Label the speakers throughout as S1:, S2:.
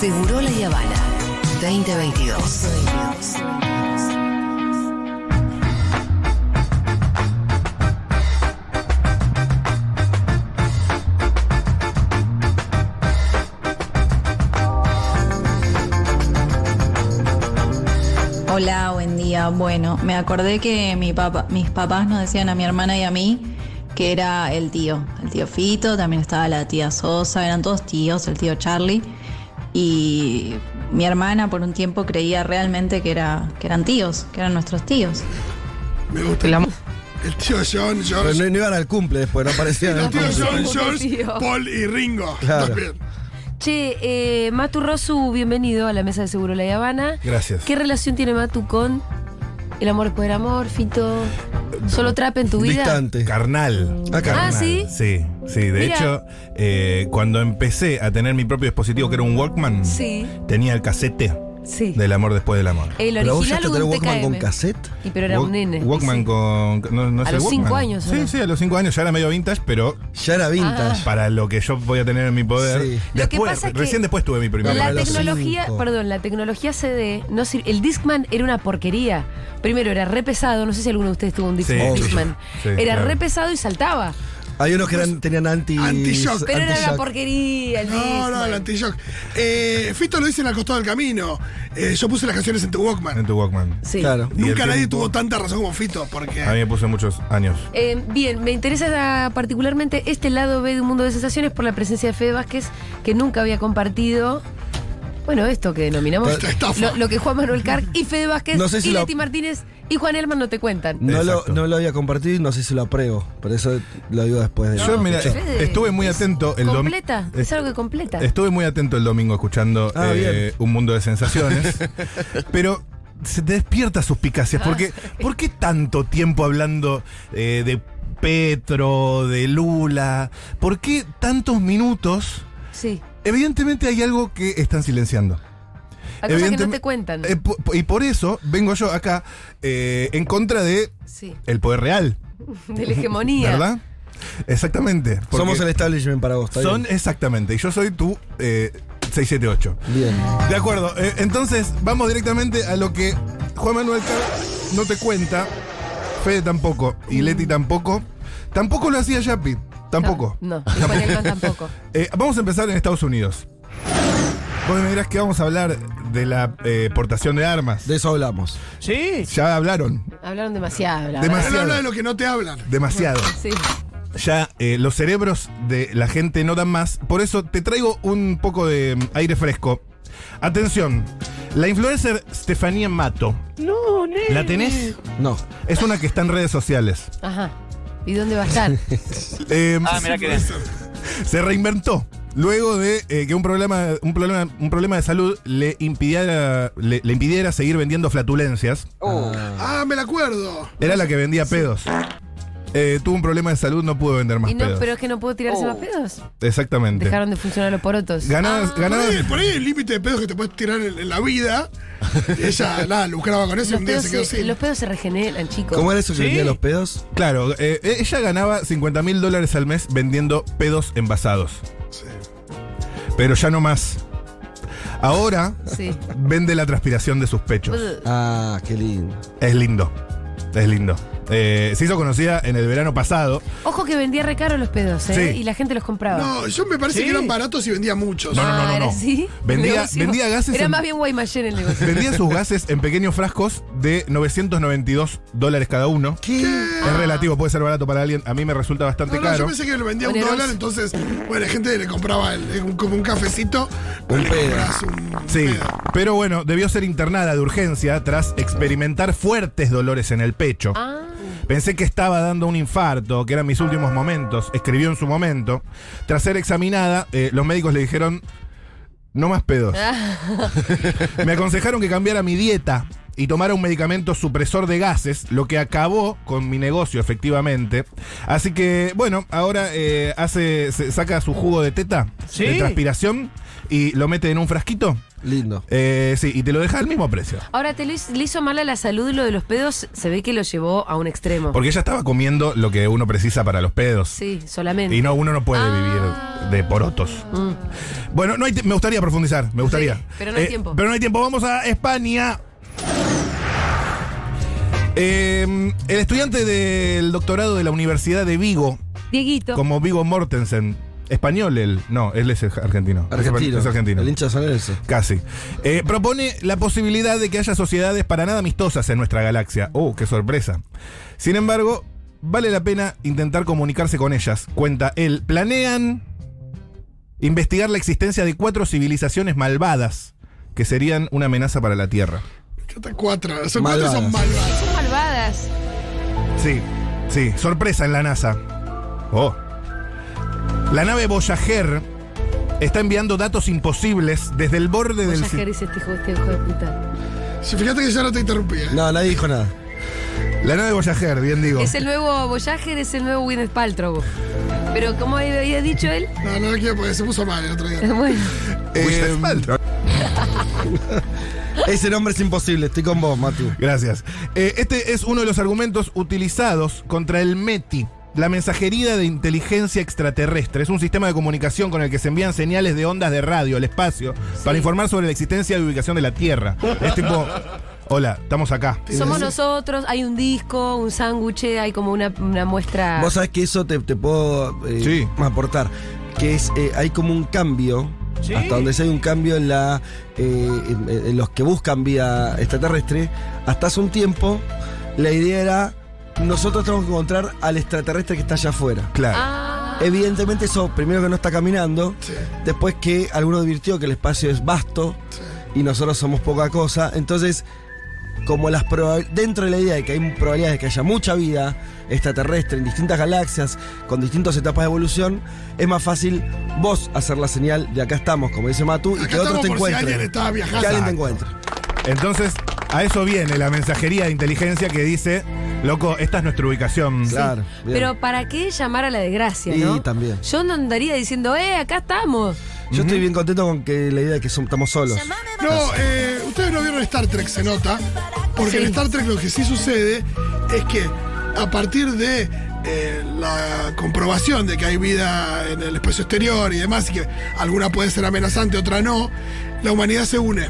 S1: Seguro La Habana 2022.
S2: Hola, buen día. Bueno, me acordé que mi papá, mis papás nos decían a mi hermana y a mí que era el tío, el tío Fito, también estaba la tía Sosa, eran todos tíos, el tío Charlie. Y mi hermana por un tiempo creía realmente que, era, que eran tíos, que eran nuestros tíos.
S3: Me gusta.
S4: La-
S3: El tío John,
S5: Pero
S3: George.
S5: no, no iban al cumple después, no aparecían.
S3: El
S5: al
S3: tío
S5: cumple.
S3: John,
S4: John,
S3: George,
S4: tío.
S3: Paul y Ringo.
S5: Claro.
S3: También.
S4: Che, eh, Matu Rosu, bienvenido a la mesa de Seguro La Habana.
S6: Gracias.
S4: ¿Qué relación tiene Matu con el amor es poder amor, Fito? ¿Solo trap en tu vida?
S5: Distante.
S6: Carnal.
S5: Ah, carnal.
S4: Ah, ¿sí?
S6: Sí, sí. De
S4: Mira.
S6: hecho, eh, cuando empecé a tener mi propio dispositivo, que era un Walkman,
S4: Sí,
S6: tenía el casete
S4: sí.
S6: del amor después del amor.
S4: El
S5: Pero vos ya
S4: original
S5: te
S4: o un
S5: Walkman
S4: TKM.
S5: con cassette.
S4: Y pero era
S6: Walk-
S4: un nene.
S6: Walkman
S4: Sí.
S6: con. No, no
S4: A
S6: sé,
S4: los
S6: Walkman.
S4: cinco años, ¿o
S6: Sí,
S4: no?
S6: sí, a los cinco años ya era medio vintage, pero
S5: Ya era vintage.
S6: para lo que yo voy a tener en mi poder.
S5: Sí.
S4: Lo que
S6: Después,
S4: pasa es que
S6: recién después tuve mi primer
S4: La
S5: Para
S6: Walkman.
S5: los
S4: tecnología,
S5: cinco.
S4: perdón, la tecnología CD, no sir- el Discman era una porquería. Primero era re pesado, no sé si alguno de ustedes tuvo un Discman.
S6: Sí,
S4: Discman.
S6: sí,
S4: era
S6: claro.
S4: re pesado y saltaba.
S5: Hay unos que
S6: Pues,
S5: eran, tenían anti.
S3: Anti-shock.
S4: Pero era una
S5: anti-shock.
S4: porquería el
S3: No, no,
S4: Discman.
S3: el anti-shock. Eh, Fito lo dicen al costado del camino. Eh, yo puse las canciones en tu
S6: En
S3: Walkman.
S6: tu Walkman.
S4: Sí.
S5: Claro.
S6: Y
S3: Nunca
S6: el
S3: nadie
S6: tiempo.
S3: tuvo tanta razón como Fito, porque.
S6: A mí me puso muchos años.
S4: Eh, bien, me interesa particularmente este lado B de un mundo de sensaciones por la presencia de Fede Vázquez, que nunca había compartido. Bueno, esto que denominamos
S3: Esta estafa.
S4: lo, lo que Juan Manuel Carr y Fede Vázquez
S5: No sé si
S4: y
S5: la-
S4: Leti Martínez y Juan Elman no te cuentan.
S5: No lo,
S6: Exacto.
S5: no lo había compartido y no sé si lo apruebo. Pero eso lo digo después de.
S6: Yo, mira, eh,
S5: escuchar.
S4: Fede,
S6: estuve muy
S4: es
S6: atento el dom-
S4: completa, es
S6: est-
S4: algo que completa.
S6: Estuve muy atento el domingo escuchando
S5: Ah,
S6: eh, Un Mundo de Sensaciones, pero se te despierta suspicacias. Porque,
S4: Ah,
S6: ¿Por qué tanto tiempo hablando eh, de Petro, de Lula? ¿Por qué tantos minutos?
S4: sí.
S6: Evidentemente hay algo que están silenciando.
S4: Hay cosas que no
S6: Evidentem-
S4: te cuentan.
S6: Eh, po- po- y por eso vengo yo acá eh, en contra de
S4: sí.
S6: el poder real,
S4: De la hegemonía.
S6: ¿verdad? Exactamente. porque-
S5: Somos el establishment para vos, ¿está bien?
S6: Son exactamente. Y yo soy tu eh, 678.
S5: Bien.
S6: De acuerdo. eh, entonces, vamos directamente a lo que Juan Manuel Car- no te cuenta. Fede tampoco.
S3: Mm.
S6: Y Leti tampoco. Tampoco lo hacía Yapi. Tampoco.
S4: No, y Juan Elman tampoco.
S6: Eh, vamos a empezar en Estados Unidos. Vos me dirás que vamos a hablar de la eh, portación de armas.
S5: De eso hablamos.
S7: Sí.
S6: Ya hablaron.
S4: Hablaron demasiado. la
S6: Demasi-
S4: verdad.
S3: Él habla de lo que no te hablan.
S6: Demasiado.
S4: Sí.
S6: Ya eh, los cerebros de la gente no dan más. Por eso te traigo un poco de mm, aire fresco. Atención. La influencer Estefanía Mato.
S7: No, nene.
S6: ¿La tenés?
S5: No.
S6: Es una que está en redes sociales.
S4: Ajá. ¿Y dónde va a estar?
S6: Eh,
S7: Ah, mira que
S6: se reinventó. Luego de eh, que un problema, un problema, un problema de salud le impidiera, le, le impidiera seguir vendiendo flatulencias.
S3: Ah, me la acuerdo.
S6: Era la que vendía pedos. Eh, tuvo un problema de salud, no pudo vender más
S4: Y no,
S6: pedos.
S4: pero es que no puedo tirarse más pedos.
S6: Exactamente.
S4: Dejaron Ah. de funcionar los porotos.
S6: Ganadas,
S3: Por
S6: ganadas-
S3: ahí, por ahí el límite de pedos que te puedes tirar en, en la vida. Ella, nada, lucraba con eso y
S4: Los
S3: un día
S4: pedos
S3: se quedó
S4: se,
S3: sin.
S4: los pedos se regeneran, chicos.
S5: ¿Cómo era eso que
S7: Sí.
S5: vendía los pedos?
S6: Claro, eh, ella ganaba 50 mil dólares al mes vendiendo pedos envasados.
S3: Sí.
S6: Pero ya no más. Ahora
S4: Sí.
S6: vende la transpiración de sus pechos.
S5: Ah, qué lindo.
S6: Es lindo. Es lindo. Eh, se hizo conocida en el verano pasado.
S4: Ojo que vendía re caro los pedos, ¿eh?
S6: Sí.
S4: Y la gente los compraba.
S3: No, yo me parece
S7: Sí.
S3: que eran baratos y vendía muchos.
S6: No, no, no,
S4: Ah,
S6: no,
S4: ¿era
S6: no.
S4: así?
S6: Vendía-
S4: Negocio.
S6: vendía gases
S4: Era
S6: en-
S4: más bien Guaymallén el negocio.
S6: Vendía sus gases en pequeños frascos de 992 dólares cada uno.
S5: ¿Qué?
S6: Es relativo, puede ser barato para alguien. A mí me resulta bastante
S3: No, no, yo
S6: caro.
S3: pensé que lo vendía un
S4: Oneroso.
S3: dólar, entonces, bueno, la gente le compraba el- un- como un cafecito, pero
S5: Un
S3: le
S5: pedo.
S3: comprabas un
S6: Sí,
S3: pedo.
S6: pero bueno, debió ser internada de urgencia tras experimentar fuertes dolores en el pecho.
S4: Ah,
S6: Pensé que estaba dando un infarto, que eran mis últimos momentos, escribió en su momento. Tras ser examinada, eh, los médicos le dijeron, no más pedos. Me aconsejaron que cambiara mi dieta y tomara un medicamento supresor de gases, lo que acabó con mi negocio, efectivamente. Así que, bueno, ahora eh, hace, se saca su jugo de teta,
S7: Sí.
S6: de transpiración, y lo mete en un frasquito.
S5: Lindo.
S6: Eh, sí, y te lo deja al mismo precio.
S4: Ahora, te lo hizo- le hizo mal a la salud y lo de los pedos se ve que lo llevó a un extremo.
S6: Porque ella estaba comiendo lo que uno precisa para los pedos.
S4: Sí, solamente. Mm.
S6: Y no, uno no puede
S4: Ah.
S6: vivir de porotos. Bueno, no hay ti- me gustaría profundizar, me gustaría. Eh,
S4: Sí, pero no hay tiempo.
S6: Pero no hay tiempo. Vamos a España. Eh, el estudiante del doctorado de la Universidad de Vigo,
S4: Dieguito.
S6: como Vigo Mortensen, español él, no, él es argentino.
S5: Argentino.
S6: Es argentino.
S5: El hincha de San Lorenzo.
S6: Casi. Eh, propone la posibilidad de que haya sociedades para nada amistosas en nuestra galaxia. ¡Oh, qué sorpresa! Sin embargo, vale la pena intentar comunicarse con ellas. Cuenta él. Planean investigar la existencia de cuatro civilizaciones malvadas que serían una amenaza para la Tierra.
S3: Ya está cuatro. Son
S5: Malvadas.
S3: cuatro son malvadas.
S4: Son malvadas.
S6: Sí, sí, sorpresa en la NASA. Oh. La nave Voyager está enviando datos imposibles desde el borde del...
S4: Voyager dice este hijo, este hijo de puta.
S3: Si fíjate que ya no te interrumpí. ¿eh?
S5: No, nadie dijo nada.
S6: La nave Voyager, bien digo.
S4: Es el nuevo Voyager, es el nuevo Gwyneth Paltrow. Pero como había dicho él,
S3: No, no, quiero porque se puso mal el otro día.
S4: bueno.
S6: Eh,
S5: Ese nombre es imposible, estoy con vos, Matu.
S6: Gracias. Eh, este es uno de los argumentos utilizados contra el METI. La mensajería de inteligencia extraterrestre es un sistema de comunicación con el que se envían señales de ondas de radio al espacio para informar sobre la existencia y ubicación de la Tierra. Es tipo, hola, estamos acá.
S4: Somos nosotros, hay un disco, un sándwich, hay como una, una muestra.
S5: Vos sabés que eso te, te puedo eh,
S6: Sí.
S5: aportar. Que es, eh, hay como un cambio.
S7: Sí.
S5: Hasta donde sí hay un cambio en la eh, en, en los que buscan vida extraterrestre. Hasta hace un tiempo, la idea era nosotros tenemos que encontrar al extraterrestre que está allá afuera.
S6: Claro.
S4: Ah,
S5: Evidentemente eso, primero que no está caminando,
S3: Sí.
S5: después que alguno advirtió que el espacio es vasto y nosotros somos poca cosa, entonces como las proba- dentro de la idea de que hay probabilidades de que haya mucha vida extraterrestre en distintas galaxias con distintas etapas de evolución, es más fácil vos hacer la señal de acá estamos, como dice Matu, y
S3: Acá
S5: que otros
S3: estamos
S5: te
S3: por si
S5: encuentren.
S3: alguien estaba viajando.
S5: que alguien te
S6: Exacto.
S5: encuentre.
S6: Entonces, a eso viene la mensajería de inteligencia que dice, loco, esta es nuestra ubicación.
S5: Claro. bien.
S4: pero ¿para qué llamar a la desgracia,
S5: Y
S4: no?
S5: también.
S4: Yo no andaría diciendo, eh, acá estamos.
S5: Yo estoy bien contento con que la idea de que som- estamos solos.
S3: No, eh, ustedes no vieron Star Trek, se nota. Porque en Star Trek lo que sí sucede es que a partir de eh, la comprobación de que hay vida en el espacio exterior y demás, y que alguna puede ser amenazante, otra no, la humanidad se une.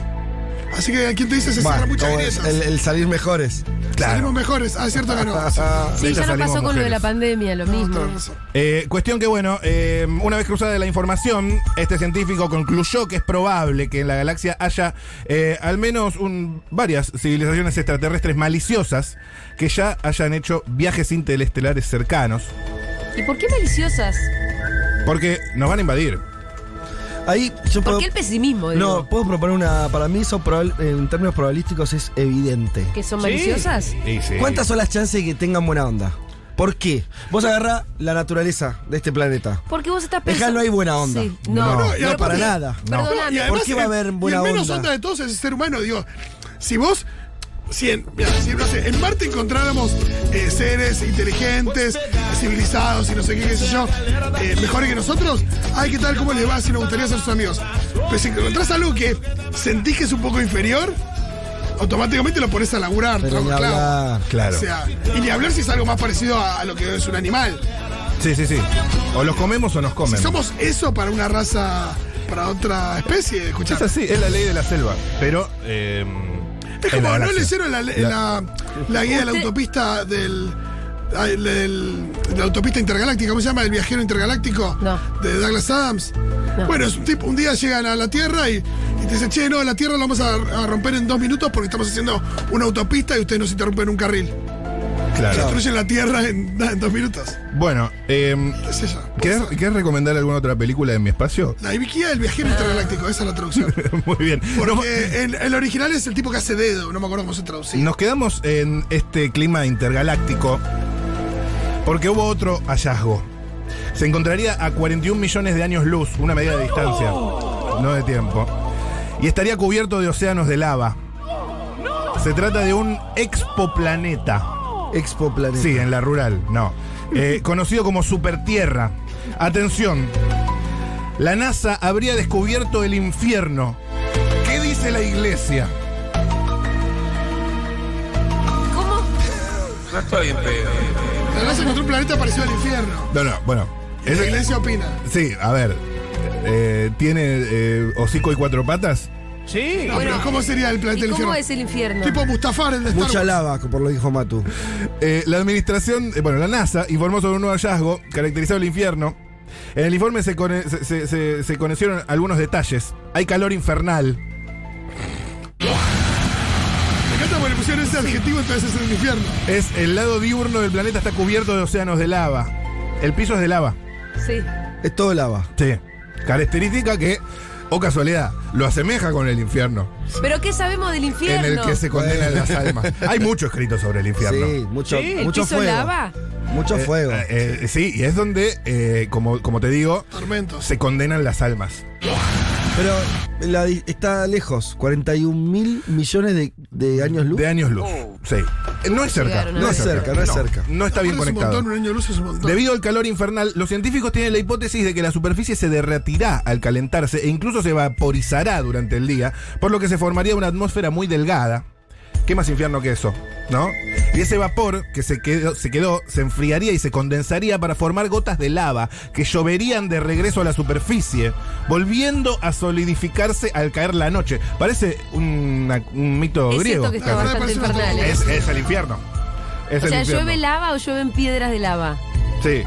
S3: Así que quien te dice se
S5: Bueno,
S3: cierran muchas
S5: como
S3: grietas.
S5: el, el salir mejores.
S3: Salimos mejores. Ah, es cierto que no. Sí,
S4: Sí,
S6: Ahorita
S4: ya no
S6: salimos
S4: pasó con lo de
S6: mujeres.
S4: la pandemia, lo
S3: no,
S4: mismo.
S3: tenés razón.
S6: Eh, cuestión que, bueno, eh, una vez cruzada la información, este científico concluyó que es probable que en la galaxia haya eh, al menos un- varias civilizaciones extraterrestres maliciosas que ya hayan hecho viajes interestelares cercanos,
S4: ¿Y por qué maliciosas?
S6: porque nos van a invadir.
S5: Ahí yo
S4: ¿Por
S5: puedo...
S4: qué el
S5: No,
S4: pesimismo? digo?
S5: puedo proponer una. Para mí, eso probable- en términos probabilísticos es evidente.
S4: ¿Que son
S7: Sí.
S4: maliciosas?
S5: ¿Cuántas son las chances de que tengan buena onda? ¿Por qué? Vos agarrá la naturaleza de este planeta.
S4: Porque vos estás
S5: Dejá,
S4: pensando.
S5: no hay buena onda.
S4: Sí, No,
S6: No,
S4: no,
S6: no,
S3: y aparte-
S5: para
S4: porque-
S5: nada.
S6: No.
S4: Perdóname.
S3: Y además,
S5: ¿Por qué va a haber
S3: el-
S5: buena
S3: y el menos
S5: onda?
S3: onda? de todos es el ser humano. Digo, si vos. Si en, mira, si, no sé, en Marte encontráramos eh, seres inteligentes, civilizados y no sé qué, qué sé yo, eh, mejores que nosotros, ay, ¿qué tal? ¿Cómo les va? Si nos gustaría ser sus amigos. Pero si encontrás algo que sentís que es un poco inferior, automáticamente lo pones a laburar.
S5: Pero
S3: tronco,
S5: ni
S3: claro.
S5: hablar.
S6: Claro.
S3: O sea, y ni hablar si es algo más parecido a, a lo que es un animal.
S6: Sí, sí, sí. O los comemos o nos
S3: Si
S6: comen.
S3: somos eso para una raza, para otra especie, escuchá.
S6: Es así, es la ley de la selva, pero... eh,
S3: Es
S6: en la
S3: como, ¿no
S6: galaxia.
S3: le hicieron la, la- la- la guía de la autopista del, del- de la autopista intergaláctica? ¿Cómo se llama? ¿El viajero intergaláctico?
S4: No.
S3: De Douglas Adams.
S4: No.
S3: Bueno, es un tipo, un día llegan a la Tierra y, y te dicen, che, no, la Tierra la vamos a, a romper en dos minutos porque estamos haciendo una autopista y ustedes nos interrumpen un carril.
S6: Claro.
S3: Destruyen la Tierra en, en dos minutos.
S6: Bueno, eh,
S3: ¿Qué es ella?
S6: ¿querés, querés recomendar alguna otra película de mi espacio?
S3: La guía del viajero intergaláctico, esa es la traducción.
S6: Muy bien. No-
S3: Porque el, el original es el tipo que hace dedo, no me acuerdo cómo se traducía.
S6: Nos quedamos en este clima intergaláctico porque hubo otro hallazgo. Se encontraría a 41 millones de años luz, una medida de distancia, no de tiempo. Y estaría cubierto de océanos de lava. Se trata de un expoplaneta.
S5: Expo Planeta.
S6: Sí, en la rural, no. Eh, conocido como Supertierra. Atención. La NASA habría descubierto el infierno. ¿Qué dice la iglesia?
S4: ¿Cómo?
S7: No estoy en pedo.
S3: La NASA encontró un planeta parecido al infierno.
S6: No, no, bueno.
S3: ¿En
S6: Es-
S3: la iglesia opina.
S6: sí, a ver. eh, ¿Tiene eh, hocico y cuatro patas?
S8: Sí.
S3: No, pero ¿cómo sería el planeta
S4: ¿Y
S3: del
S4: cómo
S3: infierno?
S4: es el infierno?
S3: Tipo Mustafar, el de Star
S5: Mucha
S3: Wars.
S5: lava, por lo dijo Matu.
S6: Eh, la administración, eh, bueno, la NASA informó sobre un nuevo hallazgo caracterizado el infierno. En el informe se, cone- se- se- se- se conocieron algunos detalles. Hay calor infernal.
S3: Me encanta porque le pusieron ese adjetivo, entonces es el infierno.
S6: Es el lado diurno del planeta está cubierto de océanos de lava. El piso es de lava.
S4: Sí.
S5: Es todo lava.
S6: Sí. Característica que, o casualidad, lo asemeja con el infierno,
S4: ¿Pero qué sabemos del infierno?
S6: en el que se condenan las almas. Hay mucho escrito sobre el infierno.
S5: Sí, mucho,
S8: Sí.
S4: ¿El
S5: mucho
S4: piso
S5: fuego.
S4: lava?
S5: Mucho
S6: Eh,
S5: fuego.
S6: eh, eh, sí, y es donde, eh, como, como te digo,
S3: Tormentos.
S6: se condenan las almas. eh.
S5: Pero la di- está lejos, 41 mil millones de, de años luz.
S6: De años luz. Sí. Eh, No es cerca.
S4: Llegaron a
S5: Oh. no es cerca, no es cerca.
S6: No está bien
S3: Aparte es
S6: conectado.
S3: Un montón, un año de luz es un montón.
S6: Debido al calor infernal, los científicos tienen la hipótesis de que la superficie se derretirá al calentarse e incluso se vaporizará durante el día, por lo que se formaría una atmósfera muy delgada. ¿Qué más infierno que eso? ¿No? Y ese vapor que se quedó, se quedó, se enfriaría y se condensaría para formar gotas de lava que lloverían de regreso a la superficie, volviendo a solidificarse al caer la noche. Parece una- un mito
S4: Es
S6: griego.
S4: cierto que está
S3: Ah,
S4: bastante
S3: parece una
S4: infernal. ¿eh?
S6: Es, es el infierno. Es
S4: o
S6: el
S4: sea,
S6: infierno.
S4: ¿llueve lava o llueven piedras de lava?
S6: Sí.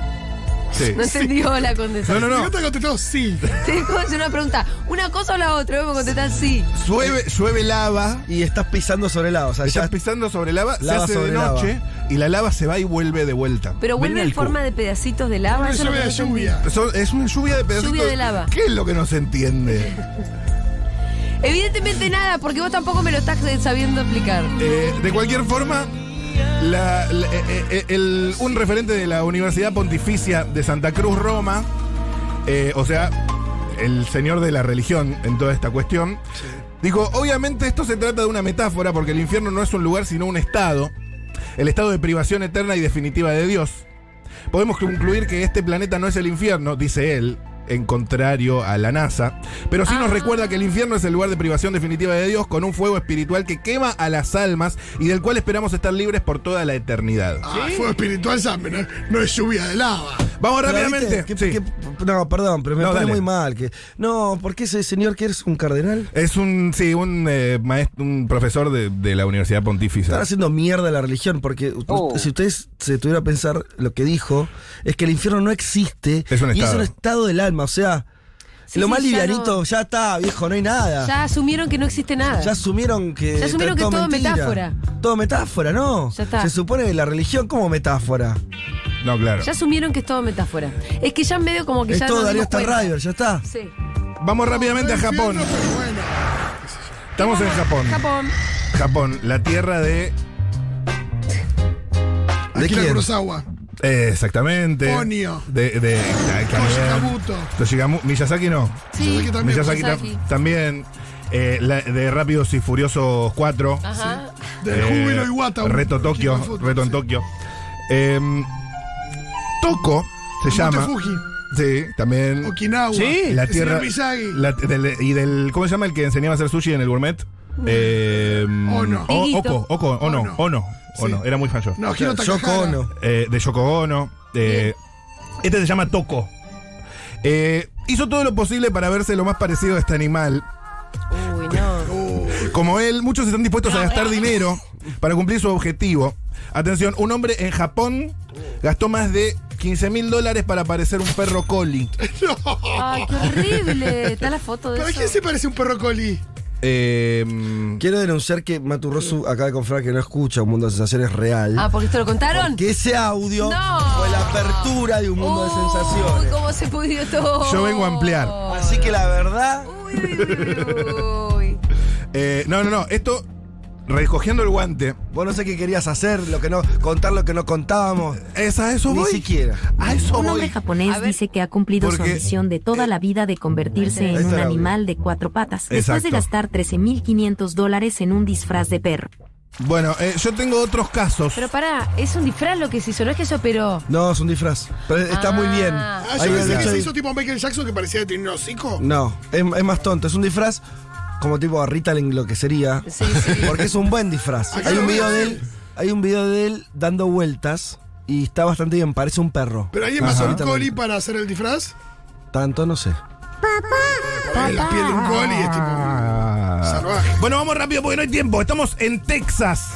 S6: Sí.
S4: No entendió la
S6: No,
S4: condensación.
S6: no,
S3: Me
S6: no.
S3: encanta contestado sí.
S4: Te voy a hacer una pregunta. ¿Una cosa o la otra? Vamos a contestar sí.
S6: Llueve, llueve lava.
S5: Y estás pisando sobre lava. O sea,
S6: Estás
S5: ya
S6: pisando sobre lava,
S5: Lava
S6: se hace de
S5: sobre lava.
S6: noche y la lava se va y vuelve de vuelta.
S4: Pero vuelve
S8: Venía
S4: en
S8: el
S4: forma de pedacitos de lava.
S3: Una
S4: Eso es lo
S3: lluvia
S4: que
S3: de
S4: no entendí.
S3: lluvia.
S6: Son- es una lluvia de pedacitos.
S4: Lluvia de lava.
S6: ¿Qué es lo que no se entiende?
S4: Evidentemente nada, porque vos tampoco me lo estás eh, sabiendo explicar.
S6: Eh, de cualquier forma, la- la- eh, eh, el- un referente de la Universidad Pontificia de Santa Cruz, Roma, eh, o sea, el señor de la religión en toda esta cuestión, dijo, obviamente esto se trata de una metáfora porque el infierno no es un lugar sino un estado, el estado de privación eterna y definitiva de Dios. Podemos concluir que este planeta no es el infierno, dice él, en contrario a la NASA, pero sí nos
S4: Ah.
S6: recuerda que el infierno es el lugar de privación definitiva de Dios con un fuego espiritual que quema a las almas y del cual esperamos estar libres por toda la eternidad.
S3: Ah, fuego espiritual, ya, pero no, no es lluvia de lava.
S6: Vamos
S5: Pero,
S6: rápidamente.
S5: ¿viste?
S6: Sí.
S5: Que- que- no, perdón, pero me
S6: No,
S5: pone
S6: dale.
S5: muy mal. Que, no, ¿por qué ese señor que eres un cardenal?
S6: Es un, sí, un, eh, maest- un profesor de, de la Universidad
S5: Están
S6: Pontificia.
S3: Ah,
S5: haciendo mierda la religión, porque u-
S4: Oh.
S5: si ustedes se tuvieran a pensar lo que dijo, es que el infierno no existe
S6: Es un
S5: y es
S6: estado.
S5: un estado del alma, o sea,
S4: Sí,
S5: lo
S4: sí,
S5: más
S4: ya
S5: livianito,
S4: no-
S5: ya está, viejo, no hay nada.
S4: Ya asumieron que no existe nada.
S5: Ya asumieron que.
S4: Ya asumieron
S5: está
S4: que es todo
S5: mentira.
S4: metáfora.
S5: Todo metáfora, ¿no?
S4: Ya está.
S5: Se supone que la religión como metáfora.
S6: No, claro.
S4: Ya asumieron que es todo metáfora. Es que ya medio como que
S5: es
S4: ya
S5: todo
S4: nos
S5: Darío
S4: dimos cuenta.
S5: Starriver, ya está.
S4: Sí.
S6: Vamos rápidamente a Japón.
S3: Infierno, pero bueno.
S6: Estamos en Japón.
S4: Japón.
S6: Japón, la tierra de...
S5: ¿De
S3: Akira
S5: quién?
S3: Kurosawa.
S6: eh, exactamente.
S3: Onio.
S6: De... de, de-
S3: Toshikabuto.
S6: Toshigamu- Miyazaki no.
S4: Sí.
S3: Miyazaki también.
S6: Miyazaki ta-
S4: Miyazaki.
S6: también. Eh, la- de Rápidos y Furiosos 4.
S4: Ajá.
S3: Ah. Del
S6: Eh,
S3: júbilo Iwata. un-
S6: Reto Tokio.
S3: King of Food,
S6: Reto en
S3: sí.
S6: Tokio. Em, Toko se
S3: Monte
S6: llama.
S3: Fuji,
S6: Sí, también.
S3: Okinawa.
S8: Sí.
S6: La
S3: el
S6: tierra.
S3: señor Miyagi.
S6: la- del- y del. ¿Cómo se llama el que enseñaba a hacer sushi en el gourmet? Eh,
S3: Mm. Ono.
S6: o-
S4: Dieguito.
S6: Oco, Oco, Ono,
S3: Ono.
S6: Ono. Ono,
S3: Sí.
S6: era muy fan yo.
S3: No, Hiro
S5: Yoko
S3: Takahara.
S5: Ono.
S6: Eh, de Yoko Ono. eh, este se llama Toco. Eh, hizo todo lo posible para verse lo más parecido a este animal.
S4: Uy, no.
S6: Como él, muchos están dispuestos a gastar dinero para cumplir su objetivo. Atención, un hombre en Japón gastó más de 15 mil dólares para parecer un perro coli.
S4: Ay, qué horrible. Está la foto de
S3: ¿Para
S4: eso.
S3: qué se parece un perro colí?
S6: Eh,
S5: Quiero denunciar que Maturrosu acaba de confirmar que no escucha un mundo de sensaciones real.
S4: Ah, porque esto lo contaron.
S5: que ese audio
S4: No.
S5: fue la apertura de un mundo de
S4: Uy,
S5: sensaciones.
S4: cómo se pudrió todo.
S6: Yo vengo a ampliar.
S5: Así que la verdad.
S4: Uy, uy, uy.
S6: Eh, no, no, no. Esto, recogiendo el guante.
S5: Vos no sé qué querías hacer, lo que no, contar lo que no contábamos.
S6: ¿Es a eso
S5: Ni
S6: voy?
S5: siquiera.
S6: A eso
S9: Un
S6: voy.
S9: hombre
S4: A
S9: japonés
S4: ver,
S9: dice que ha cumplido su
S6: porque-
S9: ambición de toda la vida de convertirse
S5: Ahí
S9: en
S5: está
S9: un
S5: el audio.
S9: animal de cuatro patas, después de
S6: Exacto.
S9: gastar 13.500 dólares en un disfraz de perro.
S6: Bueno, eh, yo tengo otros casos.
S4: Pero pará, es un disfraz lo que se hizo, no es que se operó.
S5: No, es un disfraz. Pero está
S4: Ah.
S5: muy bien.
S4: Ah,
S3: Ah,
S5: Ahí
S3: yo
S5: de
S3: pensé que
S5: hecho
S3: se
S5: hay-
S3: hizo tipo Michael Jackson que parecía que tenía un hocico.
S5: No, es, es más tonto. Es un disfraz como tipo a Rita le enloquecería.
S4: Sí, sí.
S5: Porque es un buen disfraz.
S3: Acá
S5: Hay
S3: lo
S5: un
S3: veo.
S5: video de él, hay un video de él dando vueltas y está bastante bien, parece un perro.
S3: Pero alguien
S5: Ajá.
S3: pasó un coli para hacer el disfraz.
S5: Tanto no sé.
S3: En la piel de un coli es tipo. Salvaje.
S6: Bueno, vamos rápido porque no hay tiempo. Estamos en Texas.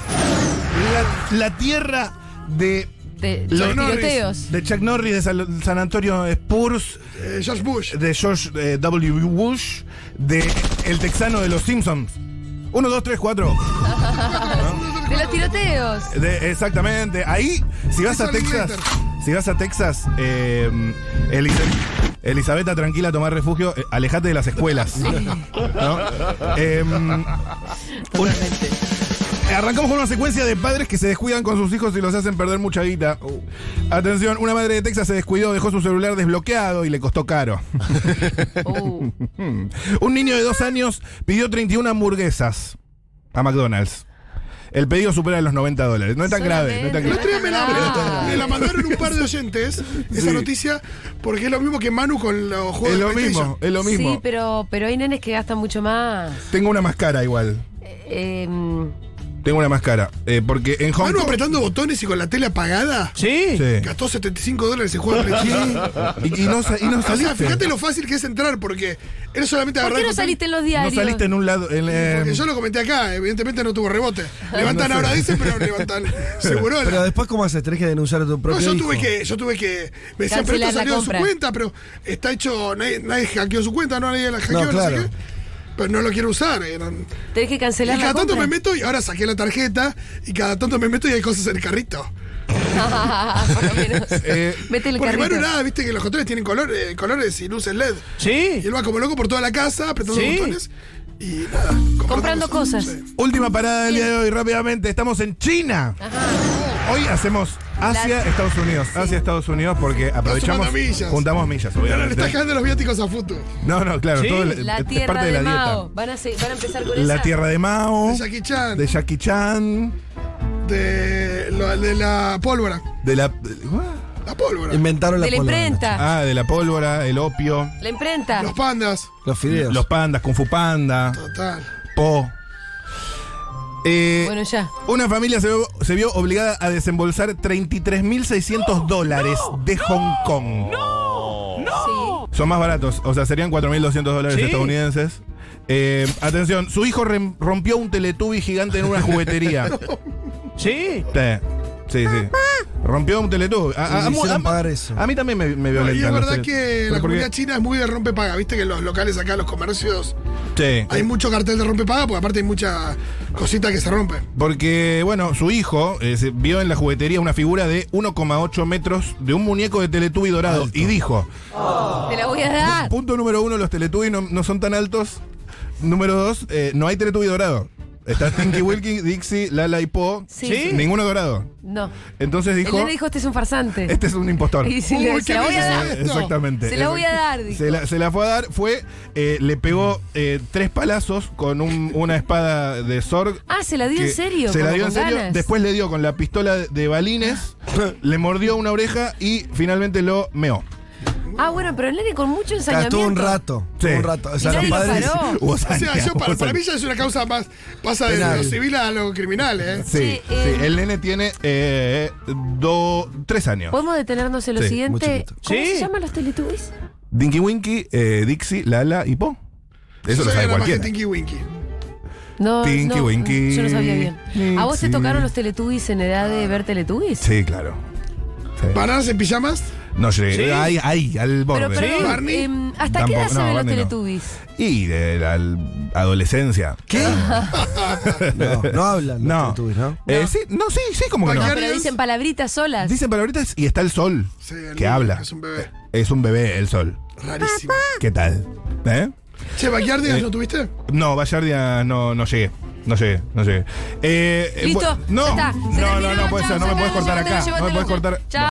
S6: La, la tierra de.
S4: De,
S6: los
S4: los
S6: Norris,
S4: tiroteos.
S6: de Chuck Norris, de San, San Antonio Spurs,
S3: Eh, George Bush.
S6: de George eh, W. Bush, de El Texano de los Simpsons. Uno, dos, tres, cuatro.
S4: De los tiroteos.
S6: De- exactamente. Ahí, si vas a
S3: Eso lo
S6: Texas,
S3: inventan.
S6: si vas a Texas, eh, Eliz- Elizabeth, tranquila, tomar refugio, eh, alejate de las escuelas. ¿No? Eh, un- Arrancamos con una secuencia de padres que se descuidan con sus hijos y los hacen perder mucha guita. Atención, una madre de Texas se descuidó, dejó su celular desbloqueado y le costó caro.
S4: Uh,
S6: Un niño de dos años pidió 31 hamburguesas a McDonald's. El pedido supera los 90 dólares. No es tan grave, no es tan
S3: El
S6: grave.
S3: otro día me la,
S4: Ah.
S3: me la mandaron un par de oyentes, esa
S6: Sí.
S3: noticia, porque es lo mismo que Manu con los juegos
S6: Es
S3: de
S6: lo
S3: PlayStation.
S6: mismo, es lo mismo.
S4: Sí, pero, pero hay nenes que gastan mucho más.
S6: Tengo una más cara igual.
S4: Eh, em,
S6: Tengo una más cara. Eh, porque en Hong
S3: Manu
S6: Kong.
S3: apretando botones y con la tele apagada.
S8: ¿Sí?
S6: Sí.
S3: Gastó 75 dólares en juego de PlayStation.
S6: Y, y no, sa- y no
S3: O
S6: saliste.
S3: sea, fíjate lo fácil que es entrar, porque él solamente
S4: ¿Por
S3: agarrar
S4: qué no
S3: el botón-
S4: saliste en los
S6: No
S4: diarios?
S6: saliste en un lado. en, eh,
S3: Porque yo lo comenté acá, evidentemente no tuvo rebote. Levantan
S6: No sé.
S3: ahora dicen, pero no levantan. Seguro.
S5: Pero después, ¿cómo haces? Tenés que denunciar a tu
S3: No,
S5: propio
S3: yo
S5: hijo.
S3: tuve que, yo tuve que. Me decían, pero
S4: Cancelar
S3: esto
S4: la
S3: salió de su
S4: compra.
S3: cuenta, pero está hecho, nadie, nadie hackeó su cuenta, no nadie la hackeó, no,
S5: claro.
S3: sé qué. Pero no lo quiero usar. eran-
S4: Tenés que
S3: Y
S4: cancelar
S3: cada
S4: la
S3: tanto
S4: compra.
S3: me meto y ahora saqué la tarjeta y cada tanto me meto y hay cosas en el carrito.
S4: Por lo menos.
S6: Eh,
S4: Mete el
S3: Porque
S4: carrito.
S3: bueno, nada, viste que los controles tienen color- eh, colores y luces LED. Y
S8: ¿Sí?
S3: él va como loco por toda la casa, apretando
S8: Sí.
S3: botones y nada.
S4: Comprando cosas.
S3: Sí.
S6: última parada del día de hoy, rápidamente. Estamos en China. Hoy hacemos Asia, Estados Unidos. Asia, Estados Unidos, porque aprovechamos.
S3: sumando millas.
S6: Juntamos millas,
S3: Ahora le estás
S6: obviamente.
S3: cagando los viáticos a Futu.
S6: No, no, claro.
S8: Sí.
S6: todo el-
S4: La
S6: es
S4: tierra
S6: parte de,
S4: de,
S6: la
S4: Mao.
S6: dieta.
S4: Van a, se- van a empezar con
S6: La
S4: esa.
S6: tierra de Mao.
S3: De Jackie Chan.
S6: De
S3: De,
S6: Jackie Chan.
S3: lo- de la pólvora.
S6: De la.
S3: La pólvora.
S5: Inventaron la
S4: De la
S5: pólvora.
S4: imprenta.
S6: Ah, de la pólvora, el opio.
S4: La imprenta.
S3: Los pandas.
S5: Los fideos.
S6: Los pandas, Kung Fu Panda.
S3: Total.
S6: Po. Eh,
S4: Bueno, ya.
S6: una familia se vio, se vio obligada a desembolsar 33.600 dólares de Hong Kong.
S4: Sí.
S6: Son más baratos, o sea, serían 4.200 dólares
S8: Sí.
S6: estadounidenses. Eh, atención, su hijo rem- rompió un teletubi gigante en una juguetería.
S8: ¿Sí?
S6: Sí, sí, sí. Rompió un teletubi. A,
S5: Y le hicieron pagar eso.
S6: a mí también me, me
S3: No,
S6: violentan.
S3: y es
S6: los
S3: verdad
S6: tele-
S3: que
S6: ¿Pero
S3: la
S6: por qué?
S3: comunidad china es muy de rompepaga. Viste que en los locales acá, los comercios,
S6: Sí.
S3: hay mucho cartel de rompepaga porque aparte hay mucha cosita que se rompe.
S6: Porque, bueno, su hijo eh, se vio en la juguetería una figura de 1,8 metros de un muñeco de Teletubby dorado y dijo:
S4: Te la voy a dar.
S6: Punto número uno, los Teletubbies no, no son tan altos. Número dos, eh, no hay Teletubby dorado. Está Tinky Wilky, Dixie, Lala y Po.
S4: Sí.
S8: ¿Sí?
S6: Ninguno dorado.
S4: No.
S6: Entonces
S4: El
S6: dijo:
S4: nene dijo, este es un farsante.
S6: Este es un impostor.
S4: Y se, le-
S3: Uy,
S4: se
S3: qué
S4: la voy a
S3: belleza.
S4: dar.
S3: Esto.
S6: Exactamente.
S4: Se la voy a dar, dijo.
S6: Se la, se la fue a dar, fue, eh, le pegó eh, tres palazos con un- una espada de Zorg.
S4: Ah, se la dio
S6: que
S4: en serio.
S6: Se la
S4: como
S6: dio en
S4: con
S6: serio.
S4: ganas.
S6: Después le dio con la pistola de- de balines, le mordió una oreja y finalmente lo meó.
S4: Ah, bueno, pero el nene con mucho
S5: Claro,
S4: ensañamiento.
S5: Ah, estuvo un rato. estuvo
S6: Sí.
S5: un rato. O
S4: Y
S5: sea, los
S4: nadie lo
S5: padres.
S4: paró.
S6: Hubo
S3: O sea,
S6: sangre,
S3: yo, para,
S6: hubo
S3: para mí
S6: sangre.
S3: ya es una causa más. Pasa de
S5: Penal.
S3: lo civil a lo criminal, ¿eh?
S6: Sí,
S4: Sí,
S6: sí,
S4: eh,
S6: el nene tiene eh, do- tres años.
S4: ¿Podemos detenernos en lo
S6: Sí, muy
S4: siguiente?
S5: chiquito.
S4: ¿Cómo
S8: Sí.
S4: se llaman los Teletubbies?
S6: Dinky Winky, eh, Dixie, Lala y Po. Eso
S3: Yo
S6: lo
S3: soy
S6: sabe
S3: nada más que
S6: cualquiera.
S3: Tinky Winky.
S4: No,
S6: Tinky
S4: no,
S6: Winky.
S4: Yo no sabía bien. Mm, ¿A vos
S6: Sí.
S4: te tocaron los Teletubbies en edad de ver Teletubbies?
S6: Sí, claro. Sí.
S3: ¿Bananas en pijamas?
S6: No llegué.
S8: Sí.
S6: Ahí, ahí, al borde.
S4: Pero, perdón,
S3: Barney.
S4: em, ¿hasta
S6: Tampoco-
S4: qué edad se
S6: no,
S4: ven los
S6: Barney no.
S4: Teletubbies?
S6: Y de la al- adolescencia.
S5: ¿Qué? No, no hablan los
S6: No.
S5: Teletubbies, ¿no.
S6: Eh, sí, no, sí, sí, como que no.
S3: Paquear-
S4: Pero dicen palabritas solas.
S6: Dicen palabritas y está el sol
S3: Sí, el
S6: que
S3: niño,
S6: habla. Eh,
S3: Es un bebé.
S6: Es un bebé el sol.
S3: Rarísimo.
S6: ¿Qué tal? ¿Eh?
S3: Che, Backyardigans, ¿lo tuviste?
S6: No, Vallardia no, no llegué. No llegué, no llegué. Eh, eh,
S4: Listo,
S6: bu- No,
S4: ya está, se
S6: no, no,
S4: terminó,
S6: no puede
S4: chao,
S6: ser, no
S4: se
S6: me puedes
S4: acabó,
S6: cortar
S4: llévatelo,
S6: acá. No me puedes
S4: llévatelo.
S6: cortar.
S4: Chao.